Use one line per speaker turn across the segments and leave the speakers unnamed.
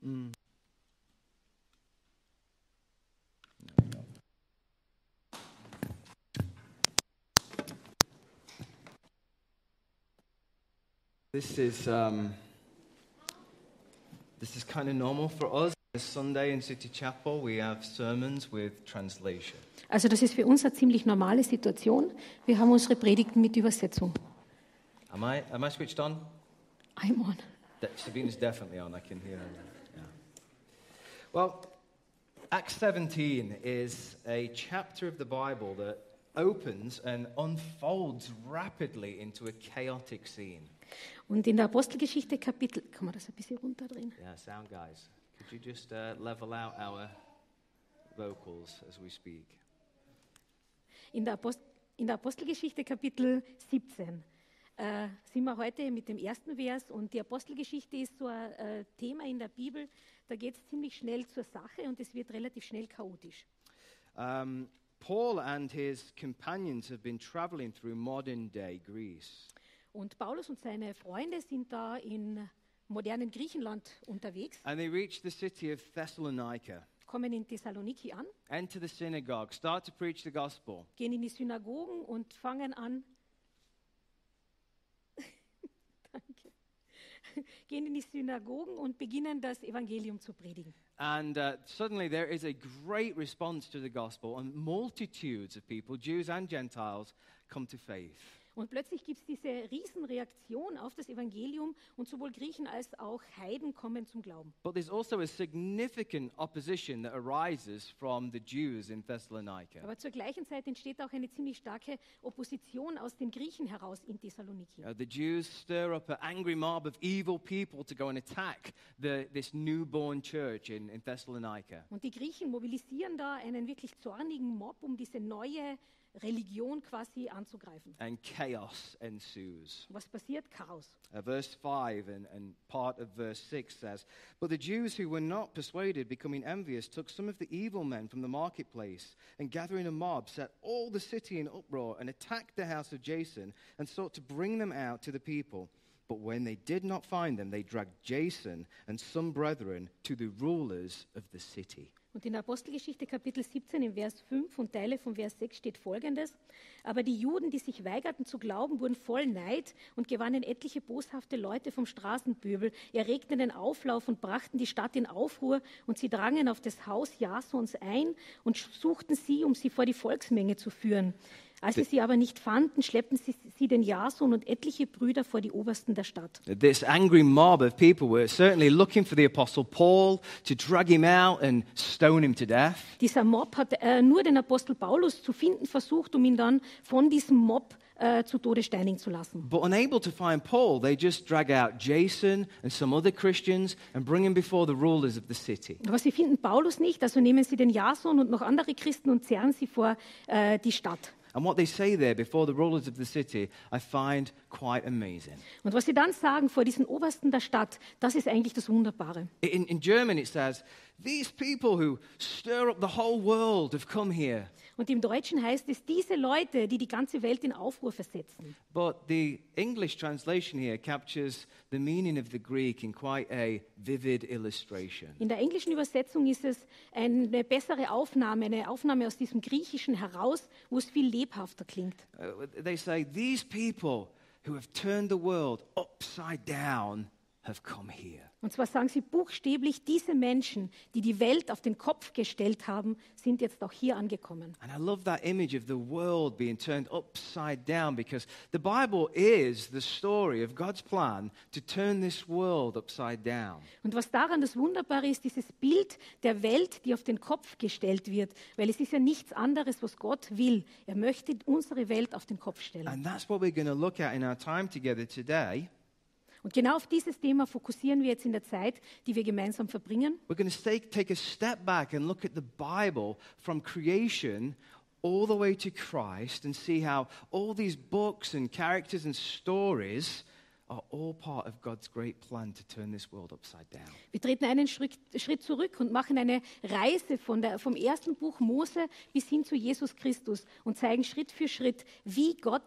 Mhm.
This is um, this is kind of normal for us. This Sunday in City Chapel, we have sermons with translation.
Also das ist für uns eine ziemlich normale Situation. Wir haben unsere Predigten mit Übersetzung.
Am I am I switched on?
I'm on.
De- Sabina's definitely on. I can hear her. Yeah. Well, Acts 17 is a chapter of the Bible that opens and unfolds rapidly into a chaotic scene.
Und in der Apostelgeschichte Kapitel, kann man das ein bisschen runterdrehen?
Yeah, sound guys, could you just uh, level out our vocals as we speak?
In der, Apost in der Apostelgeschichte Kapitel 17 äh, sind wir heute mit dem ersten Vers und die Apostelgeschichte ist so ein äh, Thema in der Bibel, da geht es ziemlich schnell zur Sache und es wird relativ schnell chaotisch.
Um, Paul and his companions have been traveling through modern day Greece.
Und Paulus und seine Freunde sind da in modernen Griechenland unterwegs,
And they reach the city of Thessalonica,
kommen in Thessaloniki an,
enter the synagogue, start to preach the gospel.
gehen in die Synagogen und fangen an, danke, gehen in die Synagogen und beginnen das Evangelium zu predigen.
And uh, suddenly there is a great response to the gospel, and multitudes of people, Jews and Gentiles, come to faith.
Und plötzlich gibt es diese Riesenreaktion auf das Evangelium und sowohl Griechen als auch Heiden kommen zum Glauben.
But there's also a significant opposition that arises from the Jews in Thessalonica.
Aber zur gleichen Zeit entsteht auch eine ziemlich starke Opposition aus den Griechen heraus in Thessaloniki.
Uh, the Jews stir up an angry mob of evil people to go and attack the, this newborn church in, in Thessalonica.
Und die Griechen mobilisieren da einen wirklich zornigen Mob, um diese neue Religion quasi anzugreifen.
and chaos ensues.
Was passiert? Chaos.
Uh, verse 5 and, and part of verse 6 says, But the Jews who were not persuaded, becoming envious, took some of the evil men from the marketplace, and gathering a mob, set all the city in uproar, and attacked the house of Jason, and sought to bring them out to the people. But when they did not find them, they dragged Jason and some brethren to the rulers of the city.
Und in der Apostelgeschichte Kapitel 17 im Vers 5 und Teile von Vers 6 steht folgendes. Aber die Juden, die sich weigerten zu glauben, wurden voll Neid und gewannen etliche boshafte Leute vom Straßenpöbel, erregten den Auflauf und brachten die Stadt in Aufruhr und sie drangen auf das Haus Jasons ein und suchten sie, um sie vor die Volksmenge zu führen. Als sie sie aber nicht fanden, schleppten sie, sie den Jason und etliche Brüder vor die Obersten der Stadt.
This angry mob of people were certainly looking for the Apostle Paul to drag him out and stone him to death.
Dieser Mob hat äh, nur den Apostel Paulus zu finden versucht, um ihn dann von diesem Mob äh, zu Tode steinigen zu lassen.
But unable to find Paul, they just drag out Jason and some other Christians and bring him before the rulers of the city.
Aber sie finden Paulus nicht, also nehmen sie den Jason und noch andere Christen und zerren sie vor äh, die Stadt.
And what they say there before the rulers of the city, I find quite amazing.
Und was sie dann sagen vor diesen Obersten der Stadt, das ist eigentlich das Wunderbare.
In, in German, it says, These people who stir up the whole world have come here.
Und im Deutschen heißt es, diese Leute, die die ganze Welt in Aufruhr versetzen.
But the English translation here captures the meaning of the Greek in quite a vivid illustration.
In der englischen Übersetzung ist es eine bessere Aufnahme, eine Aufnahme aus diesem Griechischen heraus, wo es viel lebhafter klingt.
Uh, they say, These people who have turned the world upside down have come here.
Und zwar sagen sie buchstäblich, diese Menschen, die die Welt auf den Kopf gestellt haben, sind jetzt auch hier angekommen.
And I love that image of the world being turned upside down because the Bible is the story of God's plan to turn this world upside down.
Und was daran das Wunderbare ist, dieses Bild der Welt, die auf den Kopf gestellt wird, weil es ist ja nichts anderes, was Gott will. Er möchte unsere Welt auf den Kopf stellen.
And that's what we're going to look at in our time together today.
Und genau auf dieses Thema fokussieren wir jetzt in der Zeit, die wir gemeinsam verbringen.
We're going to take, take a step back and look at the Bible from creation all the way to Christ and see how all these books and characters and stories are all part of God's great plan to turn this world upside down.
Wir treten einen Schritt, Schritt zurück und machen eine Reise von der, vom ersten Buch Mose bis hin zu Jesus Christus und zeigen Schritt für Schritt, wie Gott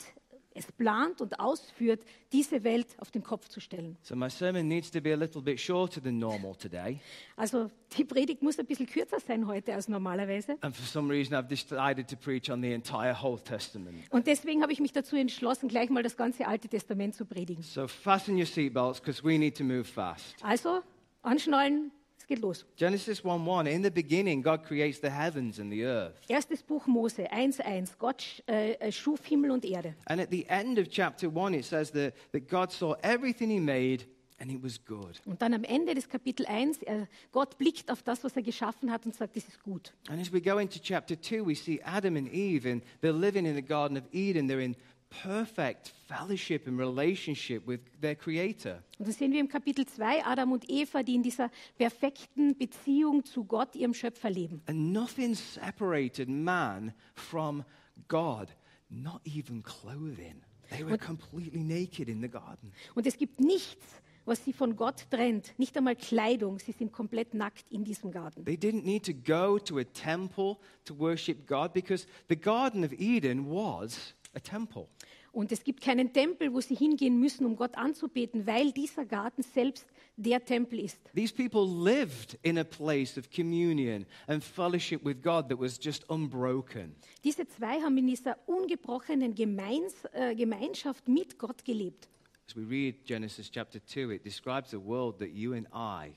es plant und ausführt, diese Welt auf den Kopf zu stellen.
So my sermon needs to be a little bit shorter than normal today.
Also die Predigt muss ein bisschen kürzer sein heute als normalerweise.
And for some reason, I've decided to preach on the entire Old Testament.
Und deswegen habe ich mich dazu entschlossen, gleich mal das ganze Alte Testament zu predigen.
So fasten your seatbelts because we need to move fast.
Also anschnallen, es geht los.
Genesis 1 1 In the beginning, God creates the heavens and the earth.
Erstes Buch Mose 1.1. Gott sch- äh, äh, schuf Himmel und Erde.
And at the end of chapter 1, it says that, that God saw everything He made and it was good.
Und dann am Ende des Kapitel 1, äh, Gott blickt auf das, was er geschaffen hat und sagt, das ist gut.
And as we go into chapter 2, we see Adam and Eve, and they're living in the Garden of Eden. They're in perfect fellowship and relationship with their Creator.
Und dann sehen wir im Kapitel 2 Adam und Eva, die in dieser perfekten Beziehung zu Gott, ihrem Schöpfer, leben.
And nothing separated man from God, not even clothing. They were completely naked in the garden.
Und es gibt nichts, was sie von Gott trennt, nicht einmal Kleidung. Sie sind komplett nackt in diesem Garten.
They didn't need to go to a temple to worship God because the Garden of Eden was a temple.
Und es gibt keinen Tempel, wo sie hingehen müssen, um Gott anzubeten, weil dieser Garten selbst der Tempel ist.
These people lived in a place of communion and fellowship with God that was just unbroken.
Diese zwei haben in dieser ungebrochenen Gemeins, äh, Gemeinschaft mit Gott gelebt.
As we read Genesis chapter 2, it describes a world that you and I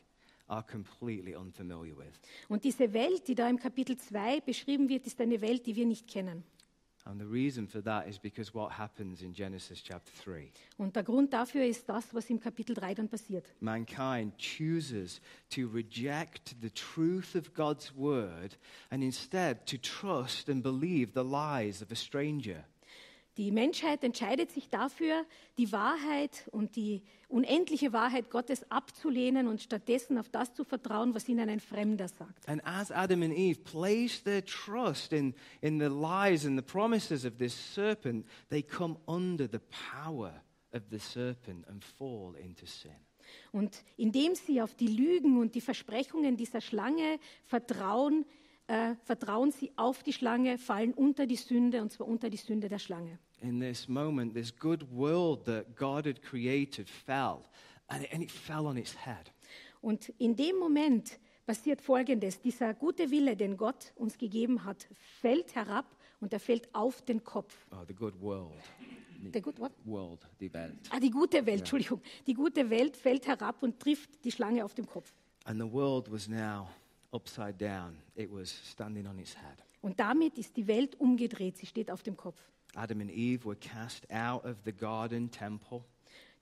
are completely unfamiliar with.
Und diese Welt, die da im Kapitel 2 beschrieben wird, ist eine Welt, die wir nicht kennen.
And the reason for that is because what happens in Genesis chapter 3
Und der Grund dafür ist das, was im Kapitel 3 dann passiert.
mankind chooses to reject the truth of God's word and instead to trust and believe the lies of a stranger.
Die Menschheit entscheidet sich dafür, die Wahrheit und die unendliche Wahrheit Gottes abzulehnen und stattdessen auf das zu vertrauen, was ihnen ein Fremder sagt.
And as Adam and Eve place their trust in, in the lies and the promises of this serpent, they come under the power of the serpent and fall into sin.
Und indem sie auf die Lügen und die Versprechungen dieser Schlange vertrauen, äh, vertrauen sie auf die Schlange, fallen unter die Sünde und zwar unter die Sünde der Schlange.
In this moment, this good world that God had created fell, and it, and it fell on its head.
Und in dem Moment passiert Folgendes. Dieser gute Wille, den Gott uns gegeben hat, fällt herab und er fällt auf den Kopf.
Oh, the good world.
Der gut, what?
World, the Welt.
Ah, die gute Welt, Entschuldigung. Die gute Welt fällt herab und trifft die Schlange auf den Kopf.
And the world was now upside down, it was standing on its head.
Und damit ist die Welt umgedreht. Sie steht auf dem Kopf.
Adam and Eve were cast out of the garden temple.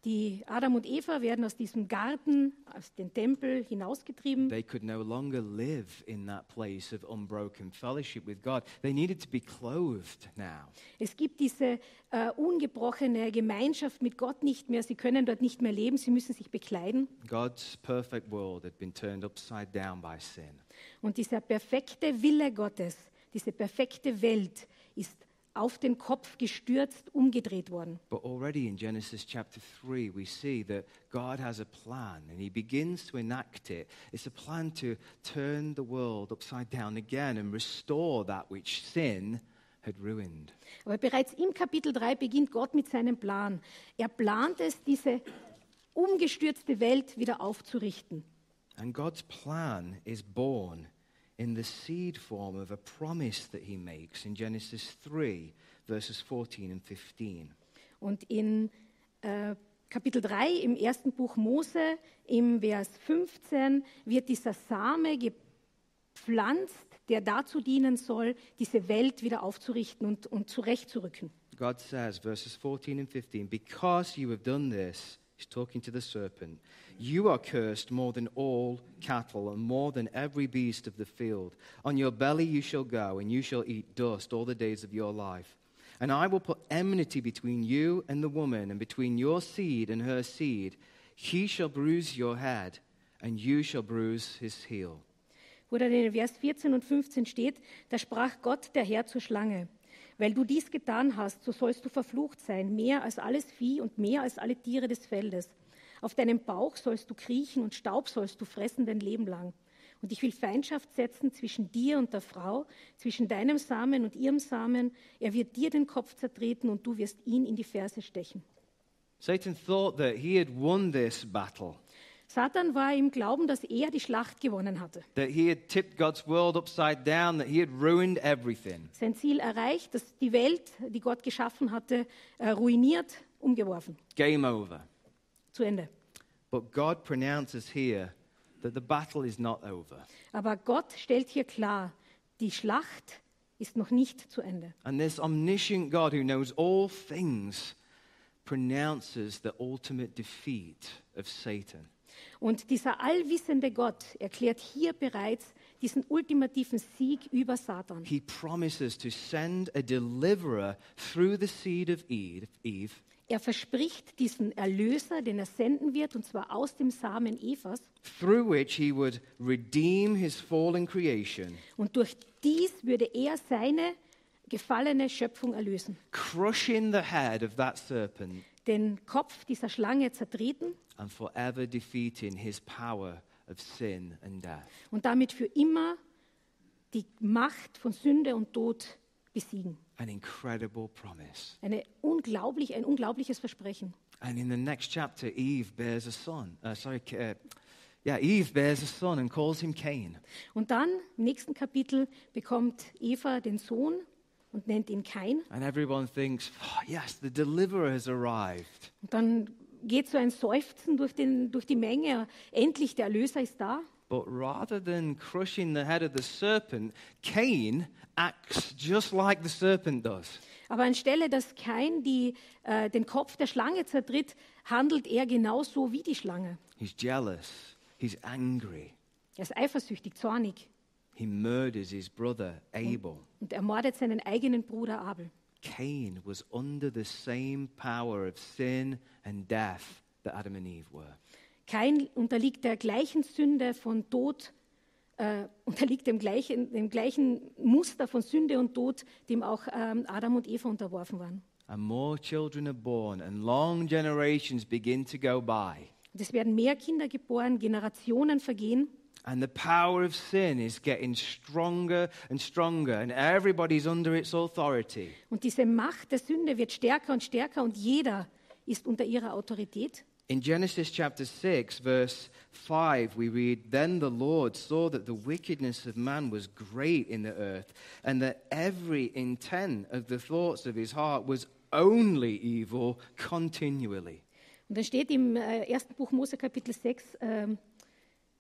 Die Adam und Eva werden aus diesem Garten, aus dem Tempel hinausgetrieben.
They could no longer live in that place of unbroken fellowship with God. They needed to be clothed now.
Es gibt diese äh, ungebrochene Gemeinschaft mit Gott nicht mehr. Sie können dort nicht mehr leben. Sie müssen sich bekleiden.
God's perfect world had been turned upside down by sin.
Und dieser perfekte Wille Gottes, diese perfekte Welt ist auf den Kopf gestürzt, umgedreht worden.
But already in Genesis chapter 3, we see that God has a plan and he begins to enact it. It's a plan to turn the world upside down again and restore that which sin had ruined.
Aber bereits im Kapitel 3 beginnt Gott mit seinem Plan. Er plant es, diese umgestürzte Welt wieder aufzurichten.
And God's plan is born in the seed form of a promise that he makes in Genesis 3, verses 14 and 15.
Und in äh, Kapitel 3 im ersten Buch Mose, im Vers 15, wird dieser Same gepflanzt, der dazu dienen soll, diese Welt wieder aufzurichten und, und zurechtzurücken.
God says, verses 14 and 15, because you have done this, he's talking to the serpent, you are cursed more than all cattle and more than every beast of the field. On your belly you shall go, and you shall eat dust all the days of your life. And I will put enmity between you and the woman, and between your seed and her seed. He shall bruise your head, and you shall bruise his heel.
wo dann in Vers 14 und 15 steht, da sprach Gott der Herr zur Schlange, weil du dies getan hast, so sollst du verflucht sein, mehr als alles Vieh und mehr als alle Tiere des Feldes. Auf deinem Bauch sollst du kriechen und Staub sollst du fressen dein Leben lang. Und ich will Feindschaft setzen zwischen dir und der Frau, zwischen deinem Samen und ihrem Samen. Er wird dir den Kopf zertreten und du wirst ihn in die Ferse stechen.
Satan thought that he had won this battle,
Satan war im Glauben, dass er die Schlacht gewonnen hatte.
that he had tipped God's world upside down, that he had ruined everything.
Sein Ziel erreicht, dass die Welt, die Gott geschaffen hatte, äh, ruiniert, umgeworfen,
Game over.
zu Ende.
But God pronounces here that the battle is not over.
Aber Gott stellt hier klar, die Schlacht ist noch nicht zu Ende.
And this omniscient God who knows all things pronounces the ultimate defeat of Satan.
Und dieser allwissende Gott erklärt hier bereits diesen ultimativen Sieg über Satan.
He promises to send a deliverer through the seed of Eve, Eve
Er verspricht diesen Erlöser, den er senden wird, und zwar aus dem Samen Evas.
through which he would redeem his fallen creation,
Und durch dies würde er seine gefallene Schöpfung erlösen,
crushing the head of that serpent
den Kopf dieser Schlange zertreten
and forever defeating his power of sin and death.
und damit für immer die Macht von Sünde und Tod besiegen.
An incredible promise.
Eine unglaublich, ein unglaubliches Versprechen.
And in the next chapter, Eve bears a son. Uh, sorry, Ca- uh, yeah, Eve bears a son and calls him Cain.
Und dann im nächsten Kapitel bekommt Eva den Sohn und nennt ihn Kain.
And everyone thinks, "Oh, yes, the deliverer has arrived.
Und dann geht so ein Seufzen durch, den, durch die Menge. Endlich der Erlöser ist da.
But rather than crushing the head of the serpent, Cain acts just like the serpent does.
Aber anstelle, dass Kain die, äh, den Kopf der Schlange zertritt, handelt er genauso wie die Schlange.
He's jealous, he's angry,
Er ist eifersüchtig, zornig
he murders his brother Abel.
und ermordet seinen eigenen Bruder Abel.
Cain was under the same power of sin and death that Adam and Eve were.
Kain unterliegt der gleichen Sünde von Tod, äh, unterliegt dem gleichen, dem gleichen Muster von Sünde und Tod, dem auch ähm, Adam und Eva unterworfen waren.
And more children are born, and long generations begin to go by.
Und es werden mehr Kinder geboren, Generationen vergehen
And the power of sin is getting stronger and stronger, and everybody's under its authority.
und diese Macht der Sünde wird stärker und stärker und jeder ist unter ihrer Autorität.
In Genesis chapter 6, verse 5, we read Then the Lord saw that the wickedness of man was great in the earth, and that every intent of the thoughts of his heart was only evil continually.
Und dann steht im äh, ersten Buch Mose Kapitel 6, ähm,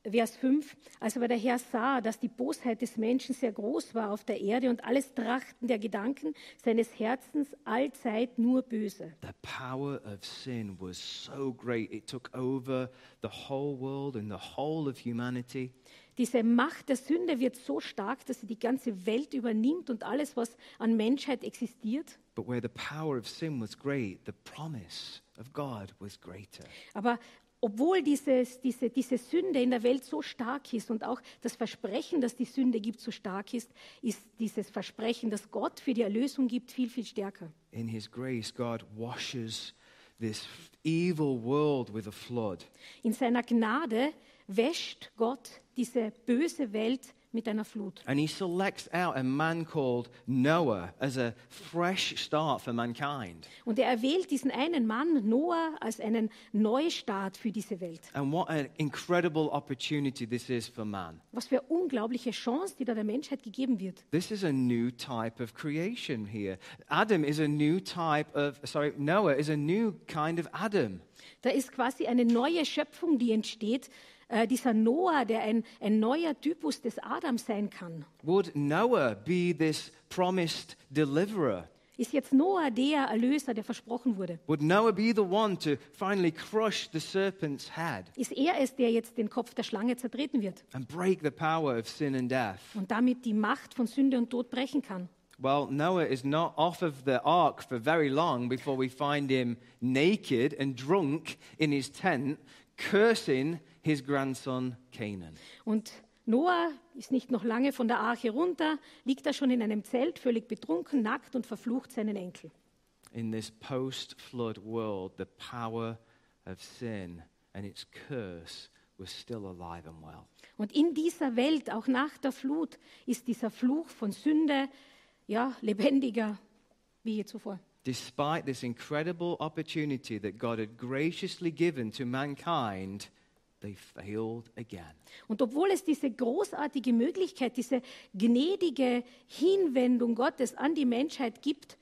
Vers 5, als aber der Herr sah, dass die Bosheit des Menschen sehr groß war auf der Erde und alles Trachten der Gedanken seines Herzens allzeit nur böse.
The power of sin was so great, it took over the whole world and the whole of humanity.
Diese Macht der Sünde wird so stark, dass sie die ganze Welt übernimmt und alles, was an Menschheit existiert.
But where the power of sin was great, the promise of God was greater.
Aber obwohl dieses, diese, diese Sünde in der Welt so stark ist und auch das Versprechen, das die Sünde gibt, so stark ist, ist dieses Versprechen, das Gott für die Erlösung gibt, viel, viel stärker.
In His grace, God washes this evil world with a flood.
In seiner Gnade wäscht Gott diese böse Welt mit einer Flut.
And He selects out a man called Noah as a fresh start for mankind.
Und er erwählt diesen einen Mann, Noah, als einen Neustart für diese Welt.
And what an incredible opportunity this is for man.
Was für eine unglaubliche Chance, die da der Menschheit gegeben wird.
This is a new type of creation here. Adam is a new type of, sorry, Noah is a new kind of Adam.
Da ist quasi eine neue Schöpfung, die entsteht. Äh, dieser Noah, der ein, ein neuer Typus des Adam sein kann.
Would Noah be this promised deliverer?
Ist jetzt Noah der Erlöser, der versprochen wurde?
Would Noah be the one to finally crush the serpent's head
Ist er es, der jetzt den Kopf der Schlange zertreten wird
and break the power of sin and death?
und damit die Macht von Sünde und Tod brechen kann?
Well, Noah is not off of the ark for very long before we find him naked and drunk in his tent, cursing his grandson Canaan.
Und Noah ist nicht noch lange von der Arche runter, liegt da schon in einem Zelt, völlig betrunken, nackt und verflucht seinen Enkel.
In this post flood world, the power of sin and its curse was still alive and well.
Und in dieser Welt, auch nach der Flut, ist dieser Fluch von Sünde ja, lebendiger wie je zuvor.
Despite this incredible opportunity that God had graciously given to mankind, they failed again.
Und obwohl es diese großartige Möglichkeit, diese gnädige Hinwendung Gottes an die Menschheit gibt,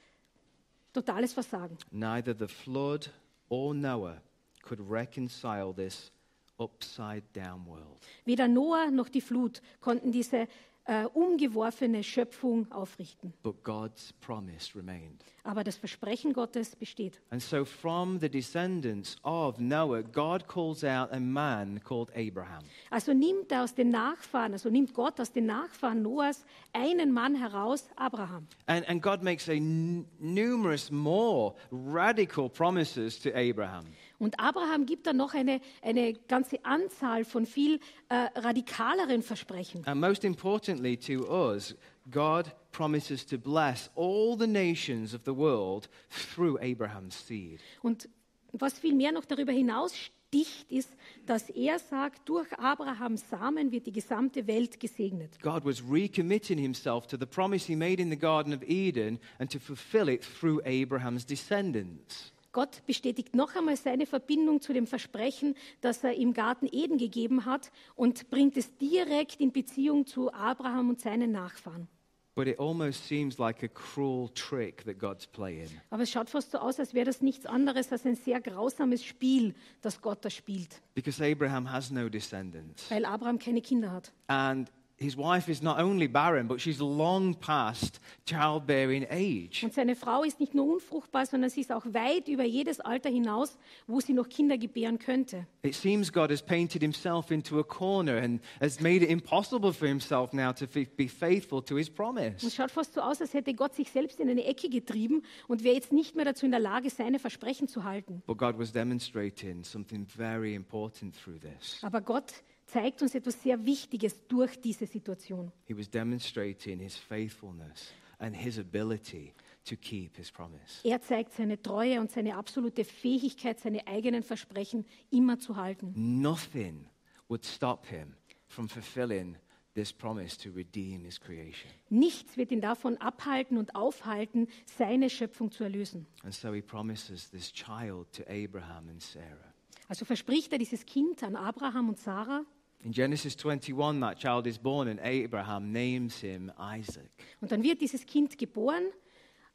totales Versagen.
Neither the flood or Noah could reconcile this upside down world.
Weder Noah noch die Flut konnten diese äh, umgeworfene Schöpfung aufrichten.
But God's promise remained.
Aber das Versprechen Gottes besteht.
And so, from the descendants of Noah, God calls out a man called Abraham.
Also nimmt er aus den Nachfahren, also nimmt Gott aus den Nachfahren Noahs einen Mann heraus, Abraham.
And, and God makes a n- numerous more radical promises to Abraham.
Und Abraham gibt dann noch eine, eine ganze Anzahl von viel äh, radikaleren Versprechen.
And most importantly to us, God promises to bless all the nations of the world through Abraham's seed.
Und was viel mehr noch darüber hinaussticht, ist, dass er sagt, durch Abrahams Samen wird die gesamte Welt gesegnet.
God was recommitting himself to the promise he made in the Garden of Eden and to fulfill it through Abraham's descendants.
Gott bestätigt noch einmal seine Verbindung zu dem Versprechen, das er im Garten Eden gegeben hat und bringt es direkt in Beziehung zu Abraham und seinen Nachfahren.
But it almost seems like a cruel trick that God's playing.
Aber es schaut fast so aus, als wäre das nichts anderes als ein sehr grausames Spiel, das Gott da spielt,
Because Abraham has no descendants.
weil Abraham keine Kinder hat.
And his wife is not only barren, but she's long past childbearing age.
Und seine Frau ist nicht nur unfruchtbar, sondern sie ist auch weit über jedes Alter hinaus, wo sie noch Kinder gebären könnte.
It seems God has painted himself into a corner and has made it impossible for himself now to f- be faithful to his
Und es
promise.
schaut fast so aus, als hätte Gott sich selbst in eine Ecke getrieben und wäre jetzt nicht mehr dazu in der Lage, seine Versprechen zu halten.
But God was demonstrating something very important through this.
Aber Gott zeigt uns etwas sehr Wichtiges durch diese Situation.
He was demonstrating his faithfulness and his ability to keep his promise.
Er zeigt seine Treue und seine absolute Fähigkeit, seine eigenen Versprechen immer zu halten.
Nothing would stop him from fulfilling this promise to redeem his creation.
Nichts wird ihn davon abhalten und aufhalten, seine Schöpfung zu erlösen.
And so he promises this child to Abraham and Sarah.
Also verspricht er dieses Kind an Abraham und Sarah.
In Genesis 21, that child is born, and Abraham names him Isaac.
Und dann wird dieses Kind geboren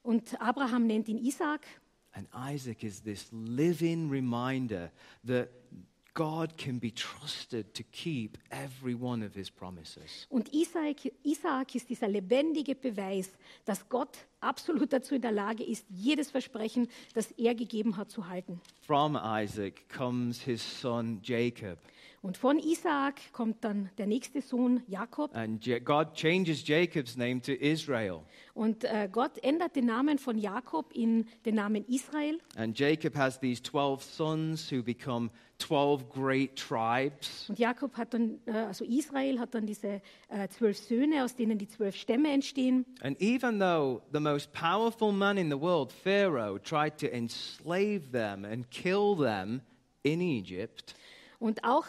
und Abraham nennt ihn Isaac.
And Isaac is this living reminder that God can be trusted to keep every one of his promises.
Und Isaac, Isaac ist dieser lebendige Beweis, dass Gott absolut dazu in der Lage ist, jedes Versprechen, das er gegeben hat, zu halten.
From Isaac comes his son Jacob.
Und von Isaak kommt dann der nächste Sohn Jakob.
And Ja- God changes Jacob's name to Israel.
Und äh, Gott ändert den Namen von Jakob in den Namen Israel.
And Jacob has these 12 sons who become 12 great tribes.
Und Jakob hat dann, äh, also Israel hat dann diese äh, zwölf Söhne, aus denen die zwölf Stämme entstehen.
And even though the most powerful man in the world, Pharaoh, tried to enslave them and kill them in Egypt,
Und auch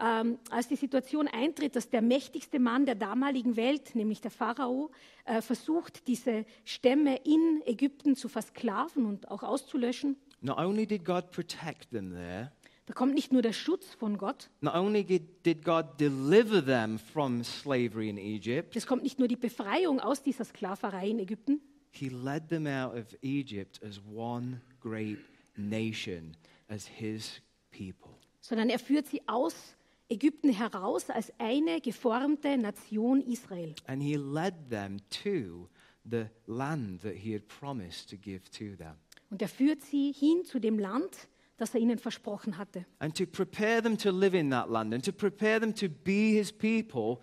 ähm, als die Situation eintritt, dass der mächtigste Mann der damaligen Welt, nämlich der Pharao, äh, versucht, diese Stämme in Ägypten zu versklaven und auch auszulöschen,
not only did God protect them there,
da kommt nicht nur der Schutz von Gott,
not only did did God deliver them from slavery in Egypt,
es kommt nicht nur die Befreiung aus dieser Sklaverei in Ägypten,
He led them out of Egypt as one great nation, as His people.
sondern er führt sie aus Ägypten heraus als eine geformte Nation Israel.
And He led them to the land that He had promised to give to them.
Und er führt sie hin zu dem Land, das er ihnen versprochen hatte.
And to prepare them to live in that land and to prepare them to be His people,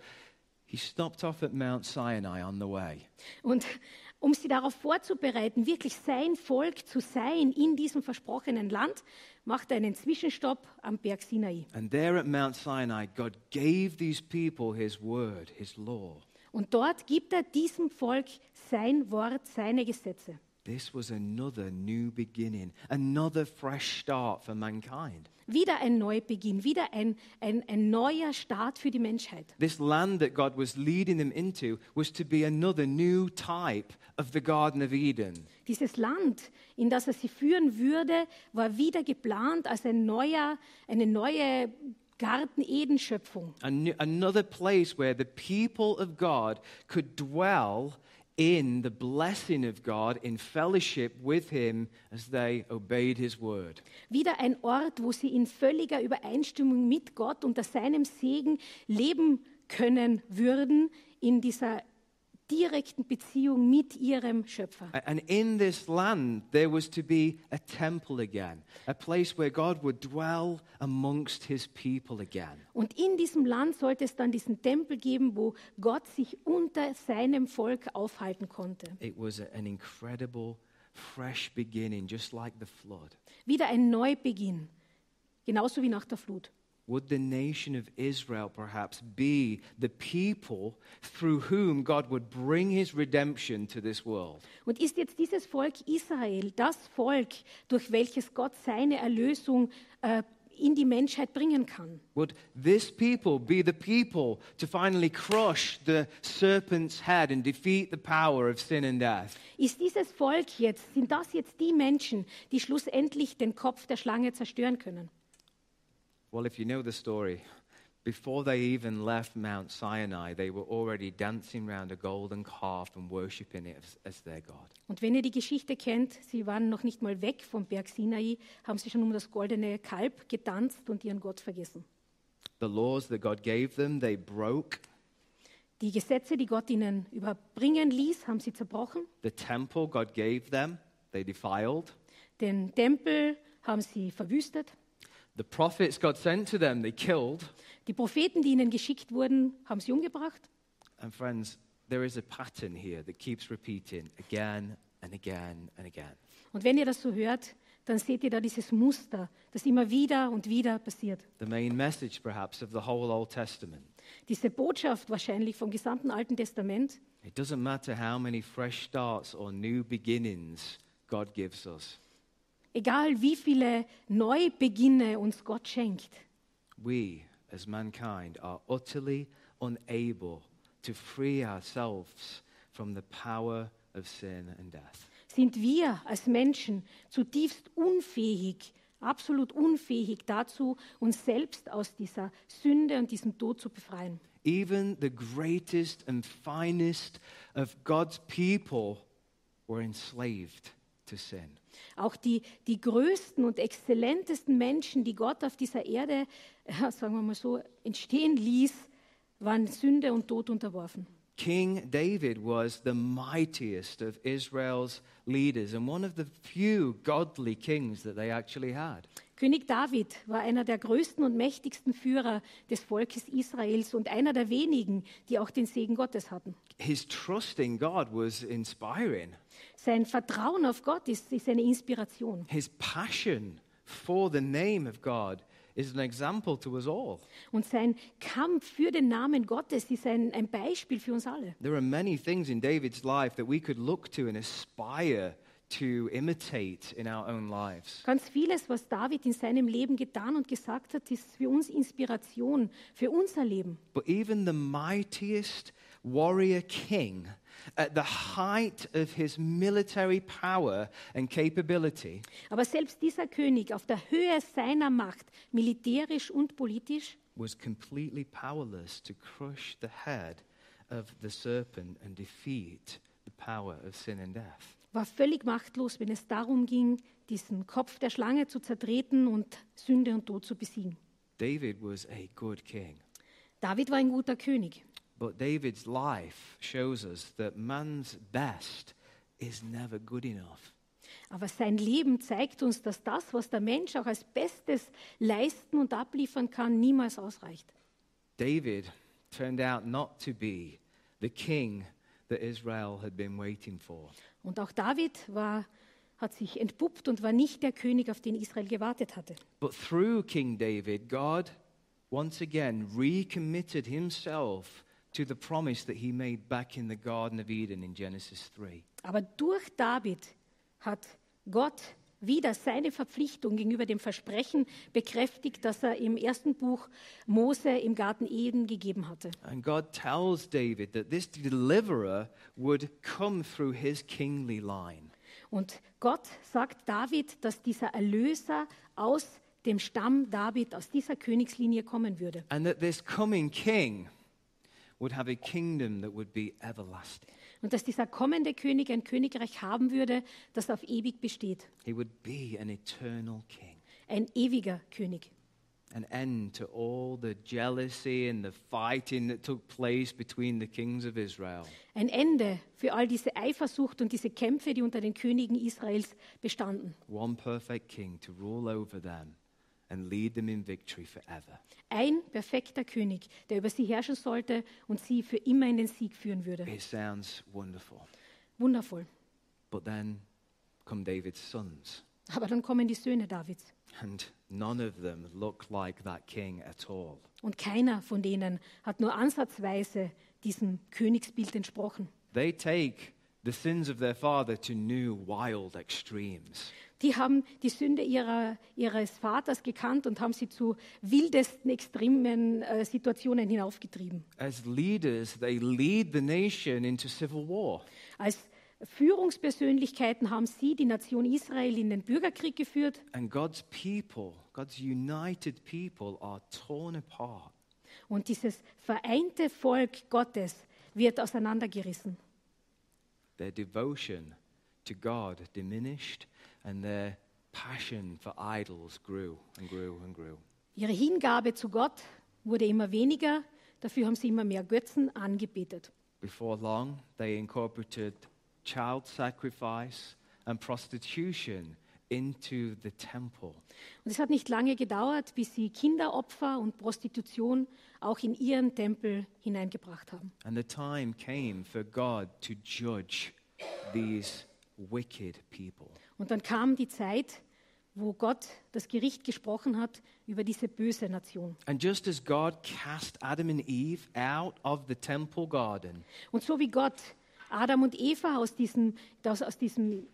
He stopped off at Mount Sinai on the way.
Und um sie darauf vorzubereiten, wirklich sein Volk zu sein in diesem versprochenen Land, macht er einen Zwischenstopp am Berg Sinai.
And there at Mount Sinai, God gave these people His word, His law.
Und dort gibt er diesem Volk sein Wort, seine Gesetze.
This was another new beginning, another fresh start for mankind.
Wieder ein Neubeginn, wieder ein, ein, ein neuer Start für die Menschheit.
This land that God was leading them into was to be another new type of the Garden of Eden.
Dieses Land, in das er sie führen würde, war wieder geplant als ein neuer, eine neue Garten-Eden-Schöpfung.
A new, another place where the people of God could dwell in the blessing of God, in fellowship with Him as they obeyed His word.
Wieder ein Ort, wo sie in völliger Übereinstimmung mit Gott unter seinem Segen leben können würden, in dieser direkten Beziehung mit ihrem Schöpfer.
A- And in this land, there was to be a temple again, a place where God would dwell amongst His people again.
Und in diesem Land sollte es dann diesen Tempel geben, wo Gott sich unter seinem Volk aufhalten konnte.
It was a- an incredible, fresh beginning, just like the flood.
Wieder ein Neubeginn, genauso wie nach der Flut.
Would the nation of Israel perhaps be the people through whom God would bring his redemption to this world?
Und ist jetzt dieses Volk Israel das Volk, durch welches Gott seine Erlösung äh, in die Menschheit bringen kann?
Would this people be the people to finally crush the serpent's head and defeat the power of sin and death?
Ist dieses Volk jetzt, sind das jetzt die Menschen, die schlussendlich den Kopf der Schlange zerstören können?
Well, if you know the story, before they even left Mount Sinai, they were already dancing round a golden calf and worshipping it as, as their God.
Und wenn ihr die Geschichte kennt, sie waren noch nicht mal weg vom Berg Sinai, haben sie schon um das goldene Kalb getanzt und ihren Gott vergessen.
The laws that God gave them, they broke.
Die Gesetze, die Gott ihnen überbringen ließ, haben sie zerbrochen.
The temple God gave them, they defiled.
Den Tempel haben sie verwüstet.
The prophets God sent to them, they killed.
Die Propheten, die ihnen geschickt wurden, haben sie umgebracht.
And friends, there is a pattern here that keeps repeating again and again and again.
Und wenn ihr das so hört, dann seht ihr da dieses Muster, das immer wieder und wieder passiert.
The main message, perhaps, of the whole Old Testament.
Diese Botschaft wahrscheinlich vom gesamten Alten Testament,
It doesn't matter how many fresh starts or new beginnings God gives us,
egal wie viele Neubeginne uns Gott schenkt,
we as mankind are utterly unable to free ourselves from the power of sin and death.
sind wir als Menschen zutiefst unfähig, absolut unfähig dazu, uns selbst aus dieser Sünde und diesem Tod zu befreien.
Even the greatest and finest of God's people were enslaved to sin.
Auch die, die größten und exzellentesten Menschen, die Gott auf dieser Erde, ja, sagen wir mal so, entstehen ließ, waren Sünde und Tod unterworfen.
King David was the mightiest of Israel's leaders and one of the few godly kings that they actually had.
König David war einer der größten und mächtigsten Führer des Volkes Israels und einer der wenigen, die auch den Segen Gottes hatten.
His trust in God was inspiring.
Sein Vertrauen auf Gott ist, ist eine Inspiration.
His passion for the name of God is an example to us all.
Und sein Kampf für den Namen Gottes ist ein, ein Beispiel für uns alle.
There are many things in David's life that we could look to and aspire to imitate in our own lives.
Ganz vieles, was David in seinem Leben getan und gesagt hat, ist für uns Inspiration, für unser Leben.
But even the mightiest warrior king, at the height of his military power and capability,
Aber selbst dieser König auf der Höhe seiner Macht, militärisch und politisch,
was completely powerless to crush the head of the serpent and defeat the power of sin and death.
war völlig machtlos, wenn es darum ging, diesen Kopf der Schlange zu zertreten und Sünde und Tod zu besiegen.
David was a good king.
David war ein guter König.
But David's life shows us that man's best is never good enough.
Aber sein Leben zeigt uns, dass das, was der Mensch auch als Bestes leisten und abliefern kann, niemals ausreicht.
David turned out not to be the king that Israel had been waiting for.
Und auch David war, hat sich entpuppt und war nicht der König, auf den Israel gewartet hatte.
But through King David, God once again recommitted himself to the promise that he made back in the Garden of Eden in Genesis 3.
Aber durch David hat Gott wieder seine Verpflichtung gegenüber dem Versprechen bekräftigt, das er im ersten Buch Mose im Garten Eden gegeben hatte.
And God tells David that this deliverer would come through his kingly line.
Und Gott sagt David, dass dieser Erlöser aus dem Stamm David, aus dieser Königslinie kommen würde.
And that this coming king would have a kingdom that would be everlasting.
Und dass dieser kommende König ein Königreich haben würde, das auf ewig besteht.
He would be an eternal king,
Ein ewiger König.
an end to all the jealousy and the fighting that took place between the kings of Israel.
Ein Ende für all diese Eifersucht und diese Kämpfe, die unter den Königen Israels bestanden.
One perfect king to rule over them and lead them in victory forever.
Ein perfekter König, der über sie herrschen sollte und sie für immer in den Sieg führen würde.
It sounds wonderful.
Wundervoll.
But then come David's sons,
Aber dann kommen die Söhne Davids.
and none of them look like that king at all.
Und keiner von denen hat nur ansatzweise diesem Königsbild entsprochen.
They take the sins of their father to new wild extremes.
Die haben die Sünde ihrer, ihres Vaters gekannt und haben sie zu wildesten, extremen äh, Situationen hinaufgetrieben.
As leaders, they lead the nation into civil war.
Als Führungspersönlichkeiten haben sie die Nation Israel in den Bürgerkrieg geführt
And God's people, God's united people, are torn apart.
und dieses vereinte Volk Gottes wird auseinandergerissen.
Their devotion to God diminished, and their passion for idols grew and grew and grew.
Ihre Hingabe zu Gott wurde immer weniger, dafür haben sie immer mehr Götzen angebetet.
Before long, they incorporated child sacrifice and prostitution into the temple.
Und es hat nicht lange gedauert, bis sie Kinderopfer und Prostitution auch in ihren Tempel hineingebracht haben.
And the time came for God to judge these wicked people.
Und dann kam die Zeit, wo Gott das Gericht gesprochen hat über diese böse Nation.
And just as God cast Adam and Eve out of the temple garden,
Und so wie Gott Adam und Eva aus diesem, das, aus diesem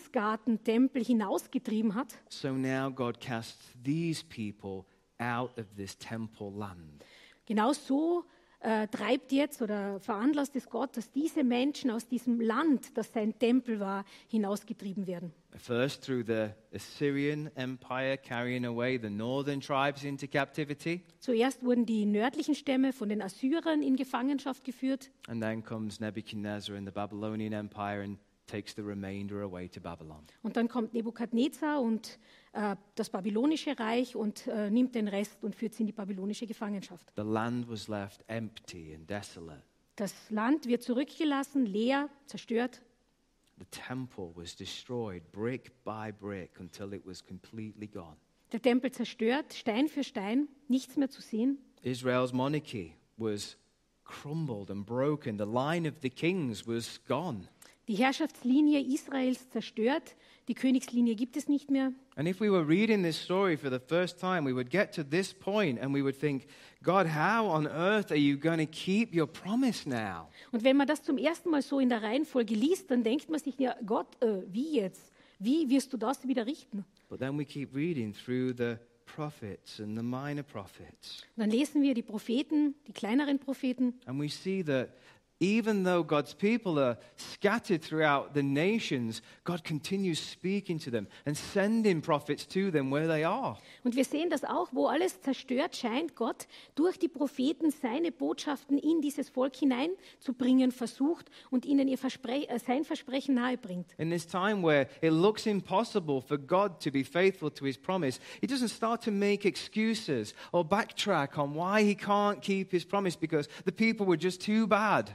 Paradiesgarten-Tempel hinausgetrieben hat,
so now God casts these people out of this temple land.
genau so äh, treibt jetzt oder veranlasst es Gott, dass diese Menschen aus diesem Land, das sein Tempel war, hinausgetrieben werden.
First, through the Assyrian Empire, carrying away the northern tribes into captivity.
Zuerst wurden die nördlichen Stämme von den Assyrern in Gefangenschaft geführt
And then comes Nebuchadnezzar and the Babylonian Empire and takes the remainder away to Babylon.
und dann kommt Nebukadnezar und äh, das babylonische Reich und äh, nimmt den Rest und führt sie in die babylonische Gefangenschaft.
The land was left empty and desolate.
Das Land wird zurückgelassen, leer, zerstört
The temple was destroyed brick by brick until it was completely gone.
Der Tempel zerstört, Stein für Stein, nichts mehr zu sehen.
Israel's monarchy was crumbled and broken. The line of the kings was gone.
Die Herrschaftslinie Israels zerstört, die Königslinie gibt es nicht mehr.
And if we were reading this story for the first time, we would get to this point and we would think, God, how on earth are you going to keep your promise now?
Und wenn man das zum ersten Mal so in der Reihenfolge liest, dann denkt man sich, ja Gott, äh, wie jetzt? Wie wirst du das wieder richten?
But then we keep reading through the prophets and the minor prophets.
Und dann lesen wir die Propheten, die kleineren Propheten,
And we see that even though God's people are scattered throughout the nations, God continues speaking to them and sending prophets to them where they are.
und wir sehen das auch, wo alles zerstört scheint, Gott durch die Propheten seine Botschaften in dieses Volk hineinzubringen versucht und ihnen ihr Verspre äh, sein Versprechen nahebringt.
In this time where it looks impossible for God to be faithful to his promise, he doesn't start to make excuses or backtrack on why he can't keep his promise because the people were just too bad.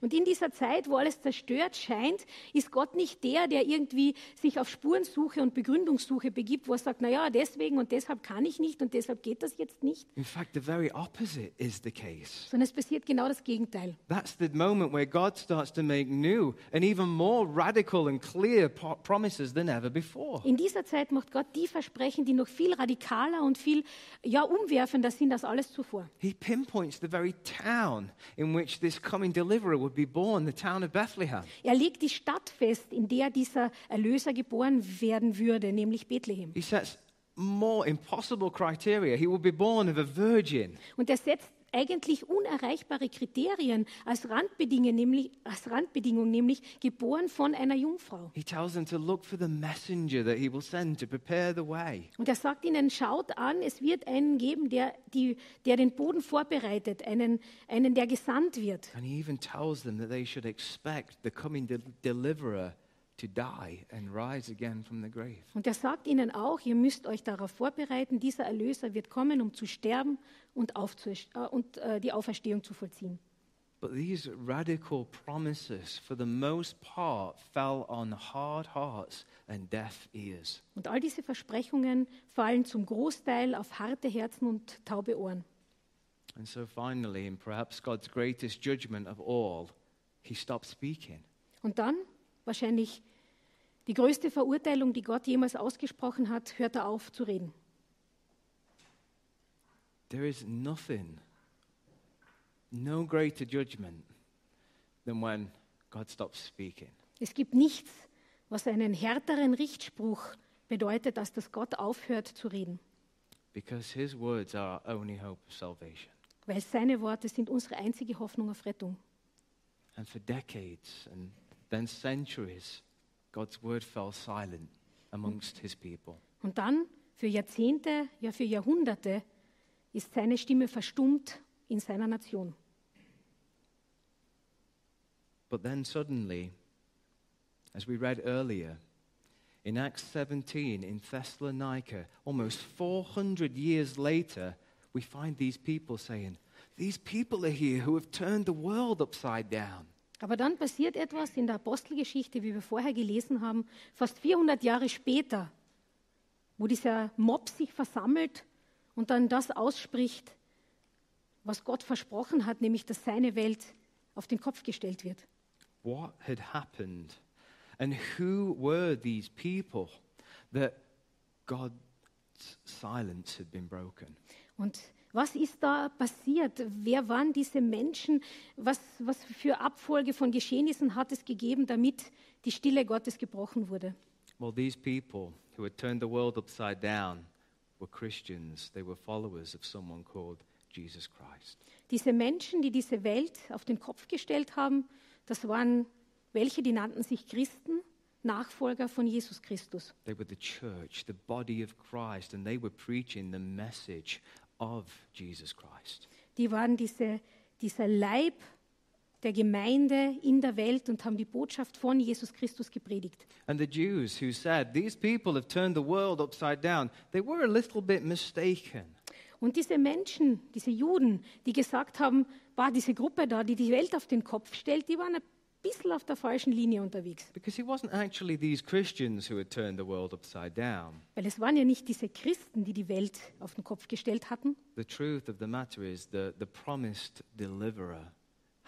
Und in dieser Zeit, wo alles zerstört scheint, ist Gott nicht der, der irgendwie sich auf Spurensuche und Begründungssuche begibt, wo er sagt, naja, deswegen und deshalb kann ich nicht und deshalb geht das jetzt nicht,
In fact, the very opposite is the case.
sondern es passiert genau das Gegenteil.
That's the moment where God starts to make new and even more radical and clear po- promises than ever before.
In dieser Zeit macht Gott die Versprechen, die noch viel radikaler und viel ja, umwerfender sind als alles zuvor.
He pinpoints the very town in which this coming deliverer deliverer would be born, the town of Bethlehem.
Er legt die Stadt fest, in der dieser Erlöser geboren werden würde, nämlich Bethlehem.
He sets more impossible criteria. He will be born of a virgin.
Und er setzt eigentlich unerreichbare Kriterien als Randbedingung, nämlich, als Randbedingung, nämlich geboren von einer Jungfrau.
He tells them to look for the messenger that he will send to prepare the way.
Und er sagt ihnen, schaut an, es wird einen geben, der, die, der den Boden vorbereitet, einen, einen, der gesandt wird.
And he even tells them that they should expect the coming de- deliverer to die and rise again from the grave.
Und er sagt ihnen auch, ihr müsst euch darauf vorbereiten, dieser Erlöser wird kommen, um zu sterben und, aufzuerst- äh, und äh, die Auferstehung zu vollziehen.
But these radical promises, for the most part, fell on hard hearts and deaf ears.
Und all diese Versprechungen fallen zum Großteil auf harte Herzen und taube Ohren.
And so finally, in perhaps God's greatest judgment of all, he stopped speaking.
Und dann, wahrscheinlich die größte Verurteilung, die Gott jemals ausgesprochen hat, hört er auf zu reden.
There is nothing, no greater judgment than when God stops speaking.
Es gibt nichts, was einen härteren Richtspruch bedeutet, als dass Gott aufhört zu reden.
Because his words are our only hope of salvation.
Weil seine Worte sind unsere einzige Hoffnung auf Rettung.
And for decades and then centuries, God's word fell silent amongst his people.
Und dann, für Jahrzehnte, ja für Jahrhunderte, ist seine Stimme verstummt in seiner Nation.
But then suddenly, as we read earlier, in Acts 17 in Thessalonica, almost 400 years later, we find these people saying, These people are here who have turned the world upside down.
Aber dann passiert etwas in der Apostelgeschichte, wie wir vorher gelesen haben, fast 400 Jahre später, wo dieser Mob sich versammelt und dann das ausspricht, was Gott versprochen hat, nämlich dass seine Welt auf den Kopf gestellt wird.
What had happened? And who were these people that God's silence had been broken?
Und was ist da passiert? Wer waren diese Menschen? Was, was für Abfolge von Geschehnissen hat es gegeben, damit die Stille Gottes gebrochen wurde?
Well, these people who had turned the world upside down were Christians. They were followers of someone called Jesus Christ.
Diese Menschen, die diese Welt auf den Kopf gestellt haben, das waren welche, die nannten sich Christen, Nachfolger von Jesus Christus.
They were the church, the body of Christ, and they were preaching the message of Jesus Christ.
Die waren diese, dieser Leib der Gemeinde in der Welt und haben die Botschaft von Jesus Christus gepredigt.
And the Jews who said, These people have turned the world upside down, they were a little bit mistaken.
Und diese Menschen, diese Juden, die gesagt haben, war diese Gruppe da, die die Welt auf den Kopf stellt, die waren ein bisschen auf der falschen Linie unterwegs.
Because it wasn't actually these Christians who had turned the world upside down.
Weil es waren ja nicht diese Christen, die die Welt auf den Kopf gestellt hatten,
The truth of the matter is that the promised deliverer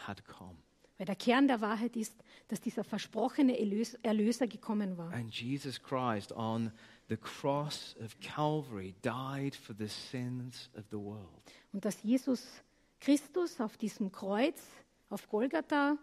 had come.
Weil der Kern der Wahrheit ist, dass dieser versprochene Erlös- Erlöser gekommen war.
And Jesus Christ on the cross of Calvary died for the sins of the world.
Und dass Jesus Christus auf diesem Kreuz, auf Golgatha,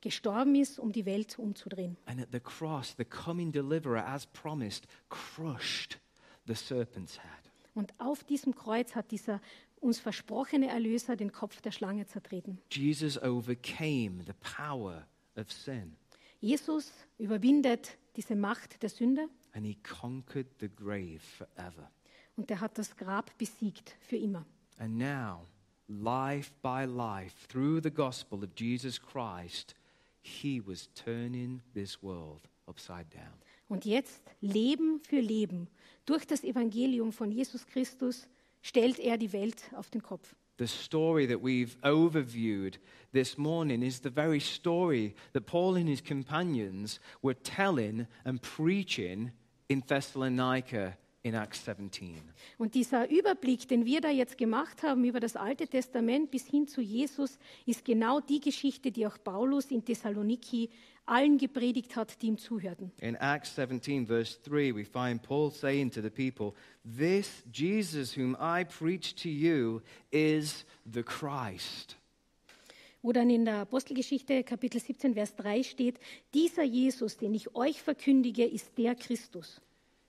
gestorben ist, um die Welt umzudrehen.
And at the cross, the coming deliverer, as promised, crushed the serpent's head.
Und auf diesem Kreuz hat dieser uns versprochene Erlöser den Kopf der Schlange zertreten.
Jesus overcame the power of sin
Jesus überwindet diese Macht der Sünde
and he conquered the grave forever.
und er hat das Grab besiegt für immer.
And now, life by life, through the gospel of Jesus Christ, he was turning this world upside down.
Und jetzt, Leben für Leben, durch das Evangelium von Jesus Christus, stellt er die Welt auf den Kopf.
The story that we've overviewed this morning is the very story that Paul and his companions were telling and preaching in Thessalonica in Acts 17.
Und dieser Überblick, den wir da jetzt gemacht haben über das Alte Testament bis hin zu Jesus, ist genau die Geschichte, die auch Paulus in Thessaloniki allen gepredigt hat, die ihm zuhörten.
In Acts 17, verse 3, we find Paul saying to the people, This Jesus whom I preach to you is the Christ.
wo dann in der Apostelgeschichte Kapitel 17, Vers 3 steht, dieser Jesus, den ich euch verkündige, ist der Christus.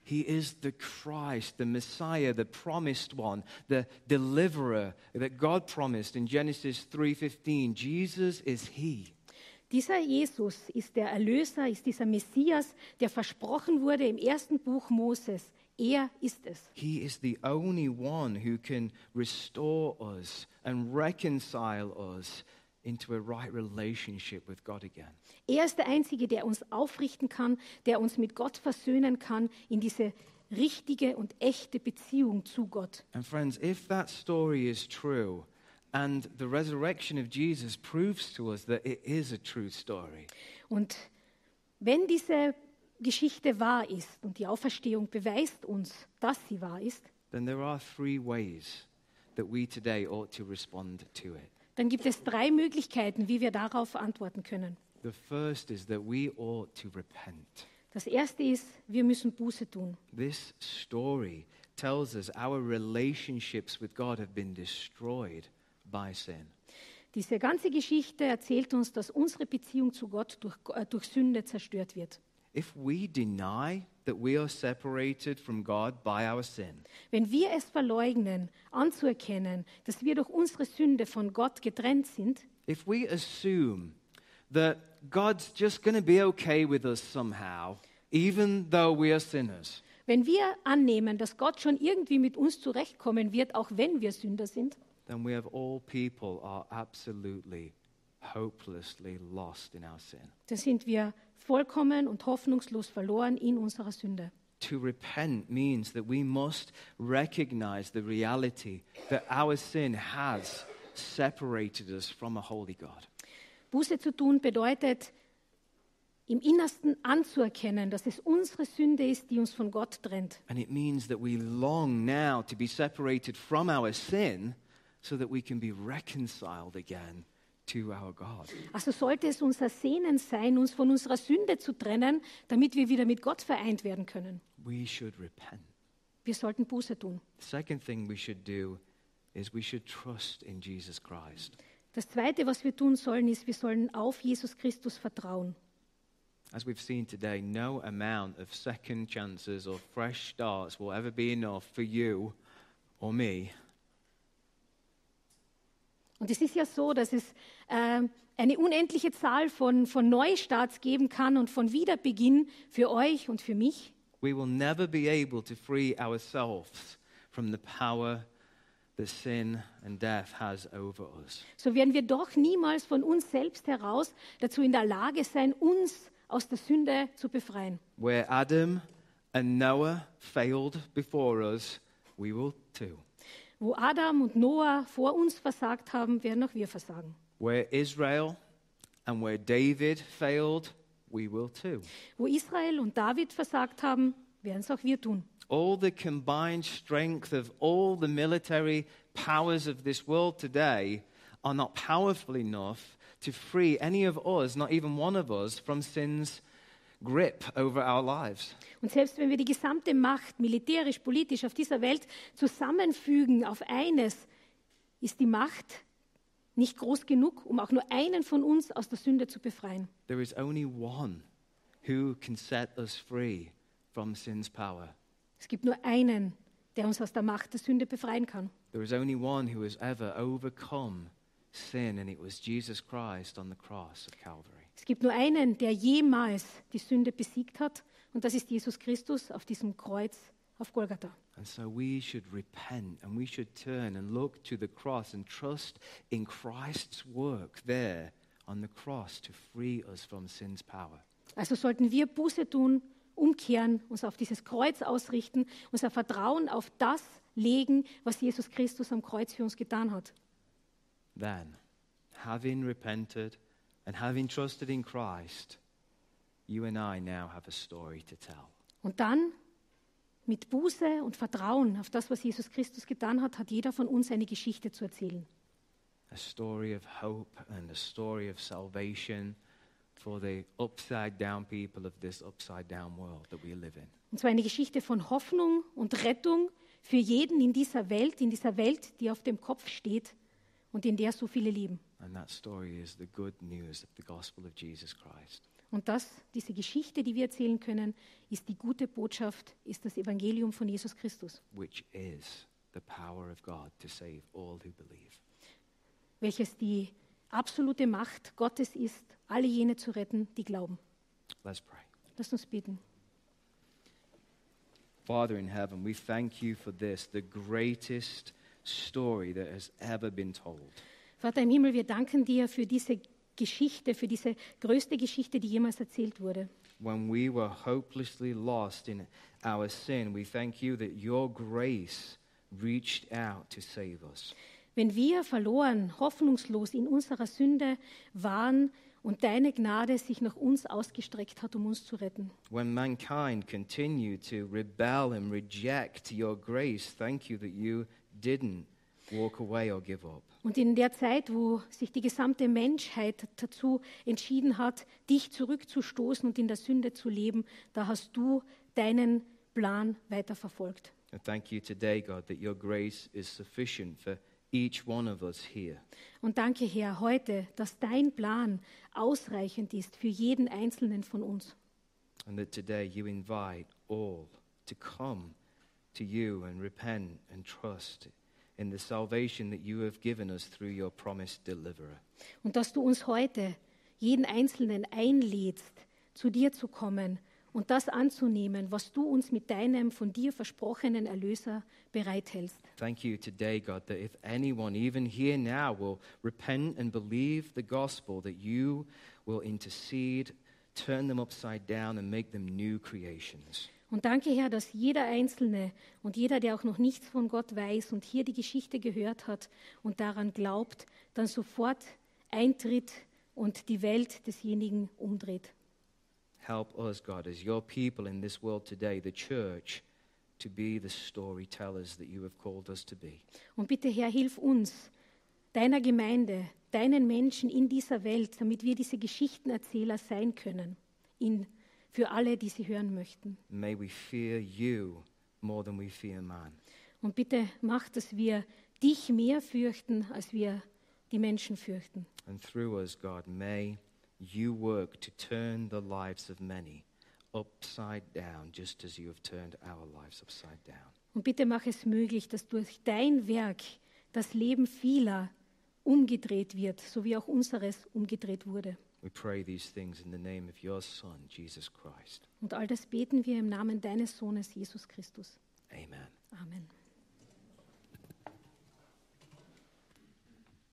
He is the Christ, the Messiah, the promised one, the deliverer that God promised in Genesis 3:15. Jesus is he.
Dieser Jesus ist der Erlöser, ist dieser Messias, der versprochen wurde im ersten Buch Moses. Er ist es.
He is the only one who can restore us and reconcile us into a right relationship with God again.
Er ist der Einzige, der uns aufrichten kann, der uns mit Gott versöhnen kann in diese richtige und echte Beziehung zu Gott.
And friends, if that story is true, and the resurrection of Jesus proves to us that it is a true story,
Und wenn diese Geschichte wahr ist und die Auferstehung beweist uns, dass sie wahr ist,
then there are three ways that we today ought to respond to it.
dann gibt es drei Möglichkeiten, wie wir darauf antworten können.
The first is that we ought to repent.
Das erste ist, wir müssen Buße tun.
This story tells us our relationships with God have been destroyed by sin.
Diese ganze Geschichte erzählt uns, dass unsere Beziehung zu Gott durch, äh, durch Sünde zerstört wird.
If we deny that we are separated from God by our sin,
Wenn wir es verleugnen, anzuerkennen, dass wir durch unsere Sünde von Gott getrennt sind,
if we assume that God's just going to be okay with us somehow, even though we are sinners,
wenn wir annehmen, dass Gott schon irgendwie mit uns zurechtkommen wird, auch wenn wir Sünder sind,
then we of all people are absolutely, hopelessly lost in our sin.
dann sind wir vollkommen und hoffnungslos verloren in unserer Sünde.
To repent means that we must recognize the reality that our sin has separated us from a holy God.
Buße zu tun bedeutet, im Innersten anzuerkennen, dass es unsere Sünde ist, die uns von Gott trennt.
And it means that we long now to be separated from our sin so that we can be reconciled again to our God.
Also sollte es unser Sehnen sein, uns von unserer Sünde zu trennen, damit wir wieder mit Gott vereint werden können.
We should repent.
Wir sollten Buße tun.
The second thing we should do is we should trust in Jesus Christ.
Das Zweite, was wir tun sollen, ist, wir sollen auf Jesus Christus vertrauen.
As we've seen today, no amount of second chances or fresh starts will ever be enough for you or me
Und es ist ja so, dass es ähm, eine unendliche Zahl von, von Neustarts geben kann und von Wiederbeginn für euch und für mich.
We will never be able to free ourselves from the power that sin and death has over us.
So werden wir doch niemals von uns selbst heraus dazu in der Lage sein, uns aus der Sünde zu befreien.
Where Adam and Noah failed before us, we will too.
Wo Adam und Noah vor uns versagt haben, werden auch wir versagen.
Where Israel and where David failed, we will too.
Wo Israel und David versagt haben, werden es auch wir tun.
All the combined strength of all the military powers of this world today are not powerful enough to free any of us, not even one of us, from sin's grip over our lives.
Und selbst wenn wir die gesamte Macht militärisch, politisch auf dieser Welt zusammenfügen auf eines, ist die Macht nicht groß genug, um auch nur einen von uns aus der Sünde zu befreien.
There is only one who can set us free from sin's power.
Es gibt nur einen, der uns aus der Macht der Sünde befreien kann.
There is only one who has ever overcome sin, and it was Jesus Christ on the cross of Calvary.
Es gibt nur einen, der jemals die Sünde besiegt hat, und das ist Jesus Christus auf diesem Kreuz auf Golgatha.
And so we should repent and we should turn and look to the cross and trust in Christ's work there on the cross to free us from sin's power.
Also sollten wir Buße tun, umkehren, uns auf dieses Kreuz ausrichten, unser Vertrauen auf das legen, was Jesus Christus am Kreuz für uns getan hat.
Then, having repented and having trusted in Christ, you and I now have a story to tell.
Und dann mit Buße und Vertrauen auf das, was Jesus Christus getan hat, hat jeder von uns eine Geschichte zu erzählen.
a story of hope and a story of salvation for the upside down people of this upside down world that we live in.
Und zwar eine Geschichte von Hoffnung und Rettung für jeden in dieser Welt, in dieser Welt, die auf dem Kopf steht. und in der so viele leben.
And that story is the good news of the gospel of Jesus Christ.
Und das, diese Geschichte, die wir erzählen können, ist die gute Botschaft, ist das Evangelium von Jesus Christus,
which is the power of God to save all who believe.
welches die absolute Macht Gottes ist, alle jene zu retten, die glauben.
Let's pray.
Lasst uns beten.
Father in heaven, we thank you for this, the greatest story that has ever been told.
Vater im Himmel, wir danken dir für diese Geschichte, für diese größte Geschichte, die jemals erzählt wurde.
When we were hopelessly lost in our sin, we thank you that your grace reached out to save us.
Wenn wir verloren, hoffnungslos in unserer Sünde waren und deine Gnade sich nach uns ausgestreckt hat, um uns zu retten.
When mankind continued to rebel and reject your grace, thank you that you didn't walk away or give up.
Und in der Zeit, wo sich die gesamte Menschheit dazu entschieden hat, dich zurückzustoßen und in der Sünde zu leben, da hast du deinen Plan weiterverfolgt.
And thank you today, God, that your grace is sufficient for each one of us here.
Und danke, Herr, heute, dass dein Plan ausreichend ist für jeden einzelnen von uns.
And that today you invite all to come to you and repent and trust in the salvation that you have given us through your promised deliverer.
Und dass du uns heute, jeden Einzelnen, einlädst, zu dir zu kommen und das anzunehmen, was du uns mit deinem von dir versprochenen Erlöser bereithältst.
Thank you today, God, that if anyone, even here now, will repent and believe the gospel, that you will intercede, turn them upside down, and make them new creations.
Und danke, Herr, dass jeder Einzelne und jeder, der auch noch nichts von Gott weiß und hier die Geschichte gehört hat und daran glaubt, dann sofort eintritt und die Welt desjenigen umdreht.
Help us, God, as your people in this world today, the church, to be the storytellers that you have called us to be.
Und bitte, Herr, hilf uns, deiner Gemeinde, deinen Menschen in dieser Welt, damit wir diese Geschichtenerzähler sein können, in, für alle, die sie hören möchten.
May we fear you more than we fear man.
Und bitte mach, dass wir dich mehr fürchten, als wir die Menschen fürchten.
And through us, God, may you work to turn the lives of many upside down, just as you have turned our lives upside down.
Und bitte mach es möglich, dass durch dein Werk das Leben vieler umgedreht wird, so wie auch unseres umgedreht wurde.
We pray these things in the name of your Son, Jesus Christ.
Und all das beten wir im Namen deines Sohnes Jesus Christus.
Amen.
Amen.